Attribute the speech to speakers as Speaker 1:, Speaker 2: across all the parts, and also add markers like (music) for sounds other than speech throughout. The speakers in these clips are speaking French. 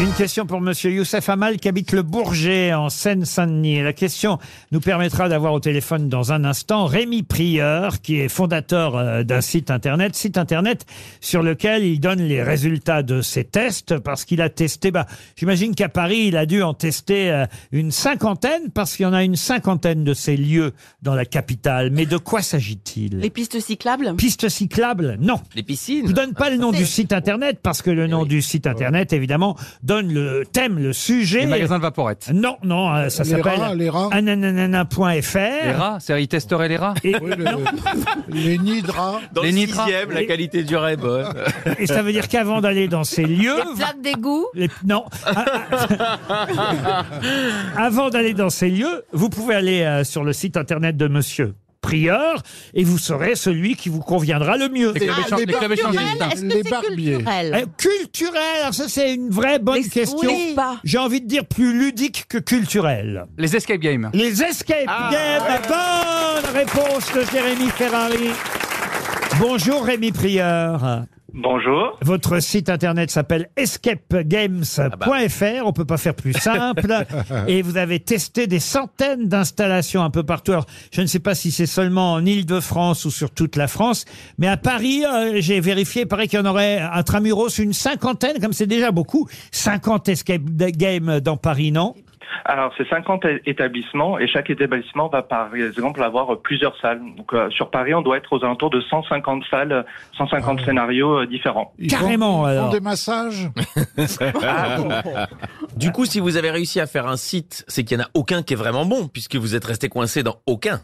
Speaker 1: Une question pour Monsieur Youssef Amal qui habite le Bourget en Seine-Saint-Denis. Et La question nous permettra d'avoir au téléphone dans un instant Rémi Prieur qui est fondateur euh, d'un site internet, site internet sur lequel il donne les résultats de ses tests parce qu'il a testé. Bah, j'imagine qu'à Paris il a dû en tester euh, une cinquantaine parce qu'il y en a une cinquantaine de ces lieux dans la capitale. Mais de quoi s'agit-il
Speaker 2: Les pistes cyclables
Speaker 1: Pistes cyclables Non.
Speaker 3: Les
Speaker 1: Je vous
Speaker 3: piscines
Speaker 1: donne pas le nom du site internet parce que le nom du site internet évidemment donne le thème, le sujet.
Speaker 3: Les magasins de vaporettes.
Speaker 1: Non, non, euh, ça
Speaker 4: Les rats,
Speaker 1: s'appelle
Speaker 4: les rats.
Speaker 3: Les
Speaker 1: ananana.fr.
Speaker 3: rats, c'est-à-dire ils testeraient les rats
Speaker 4: Oui, le- les nidras.
Speaker 3: Dans les nitrates.
Speaker 1: la
Speaker 3: qualité du rêve.
Speaker 1: Et ça veut dire qu'avant d'aller dans ces lieux,
Speaker 5: Plaque d'égout
Speaker 1: les- non, (laughs) Ah, ah. avant d'aller dans ces lieux, vous pouvez aller euh, sur le site internet de Monsieur Prieur et vous serez celui qui vous conviendra le mieux.
Speaker 3: Les clubs échange- les clubs échangistes.
Speaker 5: Ah, Est-ce que
Speaker 4: Les
Speaker 5: c'est
Speaker 4: barbiers.
Speaker 5: culturel
Speaker 1: Euh, culturel, alors ça c'est une vraie bonne
Speaker 2: Les-
Speaker 1: question.
Speaker 2: oui. Pas.
Speaker 1: J'ai envie de dire plus ludique que culturel.
Speaker 3: Les escape games.
Speaker 1: Les escape games, bonne réponse de Jérémy Ferrari. Bonjour Rémi Prieur.
Speaker 6: Bonjour.
Speaker 1: Votre site internet s'appelle escapegames.fr. On peut pas faire plus simple. et vous avez testé des centaines d'installations un peu partout. Alors, je ne sais pas si c'est seulement en Île-de-France ou sur toute la France, mais à Paris, euh, j'ai vérifié, il paraît qu'il y en aurait à Tramuros une cinquantaine, comme c'est déjà beaucoup. 50 escape games dans Paris, non
Speaker 6: Alors, c'est 50 é- établissements et chaque établissement va par exemple avoir euh, plusieurs salles. Donc, euh, sur Paris, on doit être aux alentours de 150 salles, euh, 150
Speaker 7: Ah.
Speaker 6: scénarios euh, différents.
Speaker 4: Ils font-
Speaker 1: Carrément,
Speaker 4: ils font
Speaker 1: alors.
Speaker 4: des massages.
Speaker 7: Du coup, si vous avez réussi à faire un site, c'est qu'il n'y en a aucun qui est vraiment bon, puisque vous êtes resté coincé dans aucun.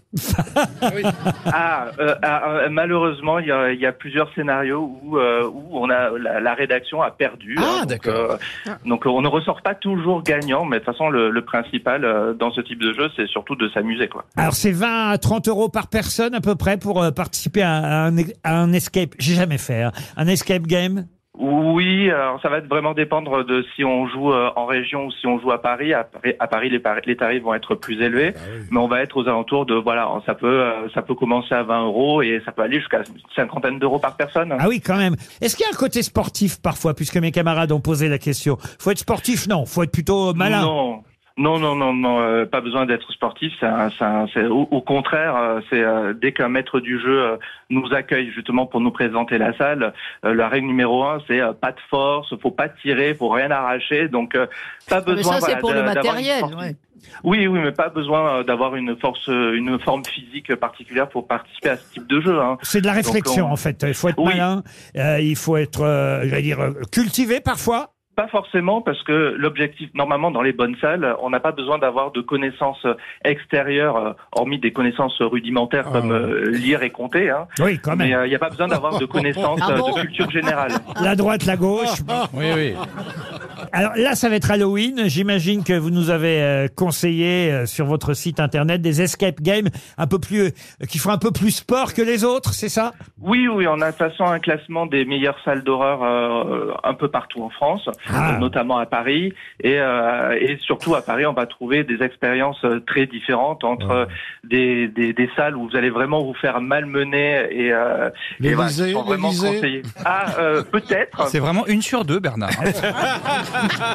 Speaker 6: Ah, euh, ah, euh, malheureusement, il y a, il y a plusieurs scénarios où, euh, où on a la, la rédaction a perdu.
Speaker 7: Ah,
Speaker 6: donc,
Speaker 7: d'accord.
Speaker 6: euh, donc, on ne ressort pas toujours gagnant, mais de toute façon, le, le principal euh, dans ce type de jeu, c'est surtout de s'amuser, quoi.
Speaker 1: Alors c'est 20 à 30 euros par personne à peu près pour euh, participer à un, à un escape. J'ai jamais fait hein. un escape game.
Speaker 6: Oui, alors ça va vraiment dépendre de si on joue euh, en région ou si on joue à Paris. À Paris, à Paris, les, pari- les tarifs vont être plus élevés, mais on va être aux alentours de voilà, ça peut euh, ça peut commencer à 20 euros et ça peut aller jusqu'à une cinquantaine d'euros par personne.
Speaker 1: Ah oui, quand même. Est-ce qu'il y a un côté sportif parfois, puisque mes camarades ont posé la question Faut être sportif Non, faut être plutôt malin.
Speaker 6: Non. Non, non, non, non, euh, pas besoin d'être sportif. c'est un- c'est un- c'est- au, au contraire, euh, c'est euh, dès qu'un maître du jeu euh, nous accueille justement pour nous présenter la salle, euh, la règle numéro un, c'est euh, pas de force, faut pas tirer, faut rien arracher. Donc euh, pas
Speaker 5: Ah, Mais
Speaker 6: besoin.
Speaker 5: ça, c'est
Speaker 6: voilà,
Speaker 5: pour le
Speaker 6: d'a- d'avoir une
Speaker 5: matériel.
Speaker 6: force-
Speaker 5: ouais.
Speaker 6: Oui, oui, mais pas besoin euh, d'avoir une force, euh, une forme physique particulière pour participer à ce type de jeu. Hein.
Speaker 1: C'est de la réflexion
Speaker 6: on-
Speaker 1: en fait. Il faut être
Speaker 6: Oui.
Speaker 1: malin, euh, il faut être, euh, j'allais dire, euh, cultivé parfois.
Speaker 6: Pas forcément parce que l'objectif, normalement, dans les bonnes salles, on n'a pas besoin d'avoir de connaissances euh, extérieures, euh, hormis des connaissances rudimentaires
Speaker 4: Ah
Speaker 6: comme
Speaker 4: ouais. Ah,
Speaker 6: euh, lire et compter. Hein.
Speaker 1: Oui, quand
Speaker 6: Mais
Speaker 1: même.
Speaker 6: euh, il n'y a pas
Speaker 4: (laughs)
Speaker 6: besoin d'avoir de connaissances
Speaker 5: Ah
Speaker 6: euh,
Speaker 5: bon
Speaker 6: de culture générale.
Speaker 1: La droite, la
Speaker 3: (laughs)
Speaker 1: gauche.
Speaker 3: Ah, Oui, oui.
Speaker 1: Alors là, ça va être Halloween. J'imagine que vous nous avez euh, conseillé euh, sur votre site internet des escape games un peu plus, euh, qui font un peu plus sport que les autres, c'est ça
Speaker 6: Oui, oui, on a de toute façon un classement des meilleures salles d'horreur euh, un peu partout en France,
Speaker 1: Ah.
Speaker 6: euh, notamment à Paris. Et, euh, et surtout à Paris, on va trouver des expériences euh, très différentes entre euh, des, des, des salles où vous allez vraiment vous faire malmener et, euh, et voilà, qui
Speaker 4: L'Élysée,
Speaker 6: sont vraiment
Speaker 4: l'Élysée.
Speaker 6: conseillées. Ah, euh, peut-être.
Speaker 3: C'est vraiment une sur deux, Bernard. hein. (laughs)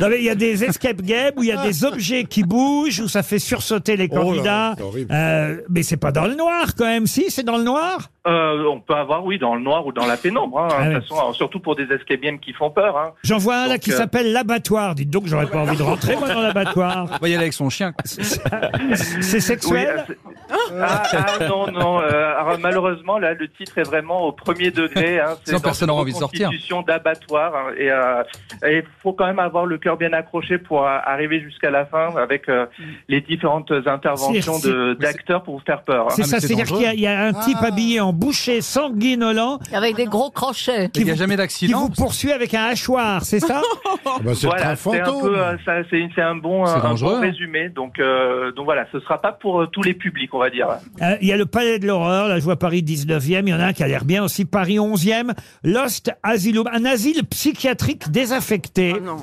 Speaker 1: Non mais il y a des escape games où il y a des objets qui bougent, où ça fait sursauter les
Speaker 4: Oh là,
Speaker 1: candidats.
Speaker 4: c'est horrible.
Speaker 1: Euh, mais c'est pas dans le noir quand même, si c'est dans le noir.
Speaker 6: Euh, on peut avoir, oui, dans le noir ou dans la pénombre. hein,
Speaker 1: Ah
Speaker 6: de
Speaker 1: oui.
Speaker 6: toute façon, alors, surtout pour des escape games qui font peur. Hein.
Speaker 1: J'en vois un là
Speaker 6: Donc,
Speaker 1: qui
Speaker 6: euh,
Speaker 1: s'appelle l'abattoir. Dites donc, j'aurais pas envie de rentrer moi dans l'abattoir.
Speaker 3: On va y aller avec son chien.
Speaker 1: C'est
Speaker 6: Oui,
Speaker 1: sexuel.
Speaker 6: euh,
Speaker 3: Hein
Speaker 6: c'est- ah, ah, non, non. euh, alors, malheureusement, là, le titre est vraiment au premier degré. Hein,
Speaker 3: Sinon,
Speaker 6: dans
Speaker 3: personne
Speaker 6: une
Speaker 3: n'aura envie de sortir.
Speaker 6: constitution d'abattoir. hein, et il faut quand même avoir le cœur bien accroché pour euh, arriver jusqu'à la fin avec euh, les différentes interventions
Speaker 1: C'est-
Speaker 6: de- d'acteurs pour vous faire peur. hein.
Speaker 1: c'est
Speaker 3: mais
Speaker 1: ça,
Speaker 3: c'est
Speaker 1: c'est-à-dire qu'il
Speaker 3: dangereux.
Speaker 1: y, a- il y a un type
Speaker 4: Ah.
Speaker 1: habillé en boucher sanguinolent
Speaker 5: Eh, Avec des gros crochets.
Speaker 1: Qui
Speaker 3: Il n'y a
Speaker 1: vous-
Speaker 3: jamais
Speaker 1: qui vous
Speaker 3: d'accident.
Speaker 1: poursuit avec un hachoir, c'est ça
Speaker 4: Ah bah, c'est
Speaker 6: Voilà,
Speaker 4: un
Speaker 6: c'est un
Speaker 4: fantôme.
Speaker 6: peu, euh, ça, c'est c'est un bon,
Speaker 3: C'est
Speaker 6: un
Speaker 3: dangereux,
Speaker 6: bon
Speaker 3: hein.
Speaker 6: résumé. Donc, euh, donc voilà, ce sera pas pour euh, tous les publics, on va dire.
Speaker 1: Euh, Il y a le Palais de l'Horreur, la vois Paris 19e, il y en a un qui a l'air bien aussi, Paris 11e, Lost Asylum, un asile psychiatrique désaffecté.
Speaker 2: Ah non.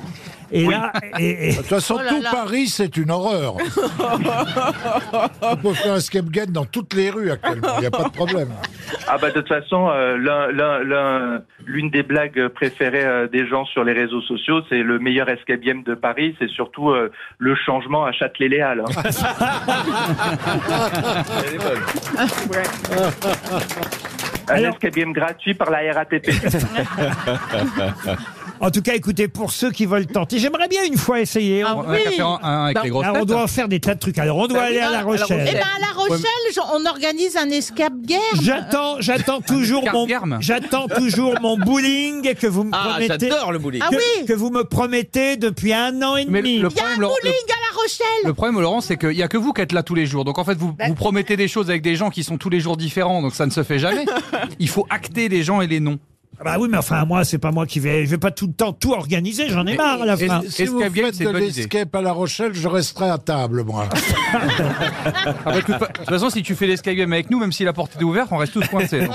Speaker 1: Et là, et- et-
Speaker 4: De toute façon,
Speaker 5: Oh là
Speaker 4: tout
Speaker 5: là.
Speaker 4: Paris, c'est une (laughs) horreur. On peut faire un escape game dans toutes les rues actuellement, il n'y a pas de problème.
Speaker 6: Ah bah de toute façon, euh, l'un- l'un- l'un- l'une des blagues préférées euh, des gens sur les réseaux sociaux, c'est le meilleur escape game de Paris, c'est surtout euh, le changement à Châtelet-Léal. hein.
Speaker 7: Elle est bonne.
Speaker 6: Un
Speaker 1: Alors-
Speaker 6: escape game gratuit par la RATP.
Speaker 1: en tout cas, écoutez, pour ceux qui veulent tenter, j'aimerais bien une fois essayer.
Speaker 3: On va faire un- un avec
Speaker 1: Non,
Speaker 3: les grosses
Speaker 1: alors, on
Speaker 3: têtes.
Speaker 1: doit en faire des tas de trucs. Alors, on doit aller à La Rochelle.
Speaker 2: Eh ben à La Rochelle, je- on organise un escape game.
Speaker 1: J'attends,
Speaker 2: euh,
Speaker 1: j'attends toujours mon,
Speaker 3: Gargarme.
Speaker 1: j'attends toujours mon bowling que vous me
Speaker 7: Ah,
Speaker 1: promettez,
Speaker 7: j'adore le bowling.
Speaker 2: Ah
Speaker 1: que,
Speaker 2: oui.
Speaker 1: que vous me promettez depuis un an et
Speaker 3: Mais
Speaker 1: demi.
Speaker 3: le
Speaker 2: Il y a un
Speaker 3: problème, Laurent,
Speaker 2: bowling
Speaker 3: le-
Speaker 2: à La Rochelle.
Speaker 3: le problème, Laurent, c'est qu'il n'y a que vous qui êtes là tous les jours. Donc en fait, vous, vous promettez des choses avec des gens qui sont tous les jours différents, donc ça ne se fait (laughs) jamais. Il faut acter les gens et les noms.
Speaker 1: Bah oui, mais enfin moi, c'est pas moi qui vais, je vais pas tout le temps tout organiser. J'en ai marre à la
Speaker 4: Et
Speaker 1: fin.
Speaker 4: si
Speaker 3: escape
Speaker 4: vous
Speaker 3: game,
Speaker 4: faites
Speaker 3: c'est
Speaker 4: de
Speaker 3: une bonne idée.
Speaker 4: l'escape à La Rochelle, je resterai à table, moi.
Speaker 3: Ah bah, (laughs) de toute fa- de toute façon, si tu fais l'escape game avec nous, même si la porte est ouverte, on reste tous coincés. (laughs) Donc,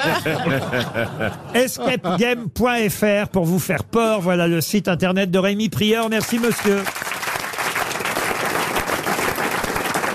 Speaker 1: Escapegame.fr pour vous faire peur. Voilà le site internet de Rémi Prieur. Merci monsieur.